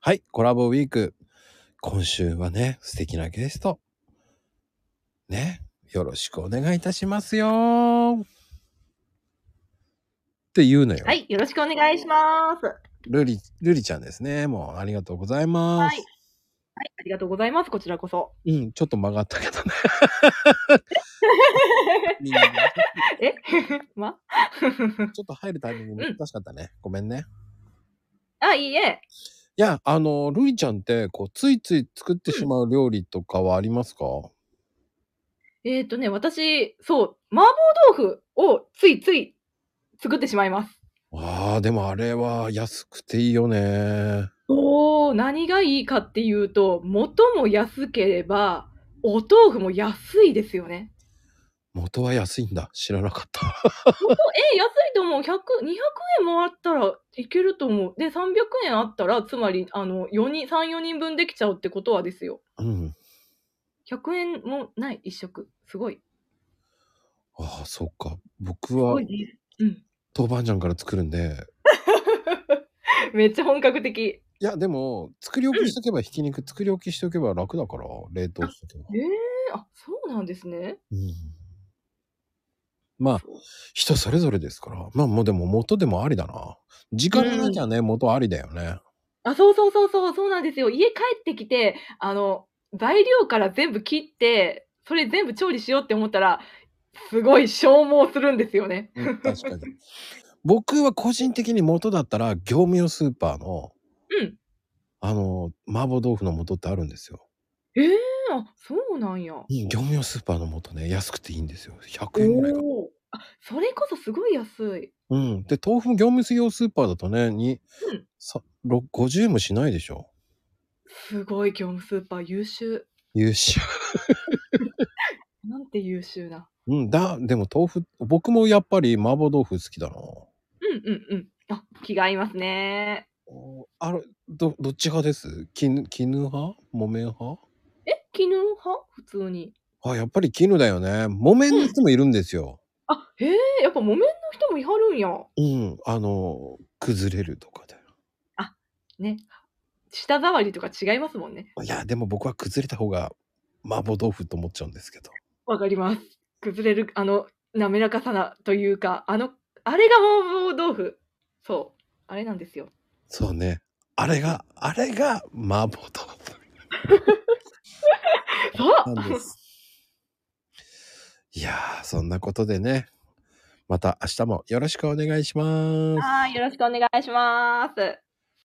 はい、コラボウィーク。今週はね、素敵なゲスト。ね、よろしくお願いいたしますよ。って言うのよ。はい、よろしくお願いします。はルリ、ルリちゃんですね。もうありがとうございい。はます。い、ありがとうございます。こちらこそ。うん、ちょっと曲がったけど ね。みんなねえ まちょっと入るタイミングう難んしかったね。ごめんね。あ、いいえ。いや、あの、ルリちゃんって、こう、ついつい作ってしまう料理とかはありますか、えっ、とね、私、そう、麻婆豆腐をついつい作ってしまいます。ああ、でもあれは安くていいよね。おー、何がいいかっていうと、元も安ければ、お豆腐も安いですよね。元は安いんだ。知らなかった。 え、安いと思う。100、200円もあったらいけると思う。で、300円あったら、つまり、あの、4人、3、4人分できちゃうってことはですよ。うん。 100円もない一食すごいああ、そっか。僕すはごいねうん、豆板醤から作るんで。めっちゃ本格的いや、でも、作り置きしとけば、ひき肉作り置きしとけば楽だから、冷凍しとけば。えー、あそうなんですねうん。まあ、人それぞれですから。まあ、もうでも元でもありだな。時間がなきゃね、元ありだよね。あそうそうそうそうそうなんですよ家帰ってきてあの材料から全部切ってそれ全部調理しようって思ったらすごい消耗するんですよね うん確かに。僕は個人的に元だったら、業務用スーパーの、うんあの、麻婆豆腐の元ってあるんですよ。えー、あそうなんやうん業務用スーパーの元ね、安くていいんですよ。100円ぐらいが。おーあそれこそすごい安いうん。で、豆腐も業務用スーパーだとね、にうんさろ50円もしないでしょ。すごい業務スーパー優秀優秀。なんて優秀なうんだ、でも豆腐、僕もやっぱり麻婆豆腐好きだな。うんうんうんあ気が合いますねおあれ、ど、どっち派です絹、絹派木綿派え絹派普通に。あ、やっぱり絹だよね。木綿の人もいるんですよ。あへえやっぱ木綿の人もいはるんや。うん、あの、崩れるとかで。ね。舌触りとか違いますもんね。いや、でも僕は崩れた方が麻婆豆腐と思っちゃうんですけど。わかります。崩れるあの滑らかさなというかあのあれが麻婆豆腐。そうあれなんですよ。そうね。あれが、あれが麻婆豆そう腐なんです。いやー、そんなことでね。また明日もよろしくお願いします。はいよろしくお願いします。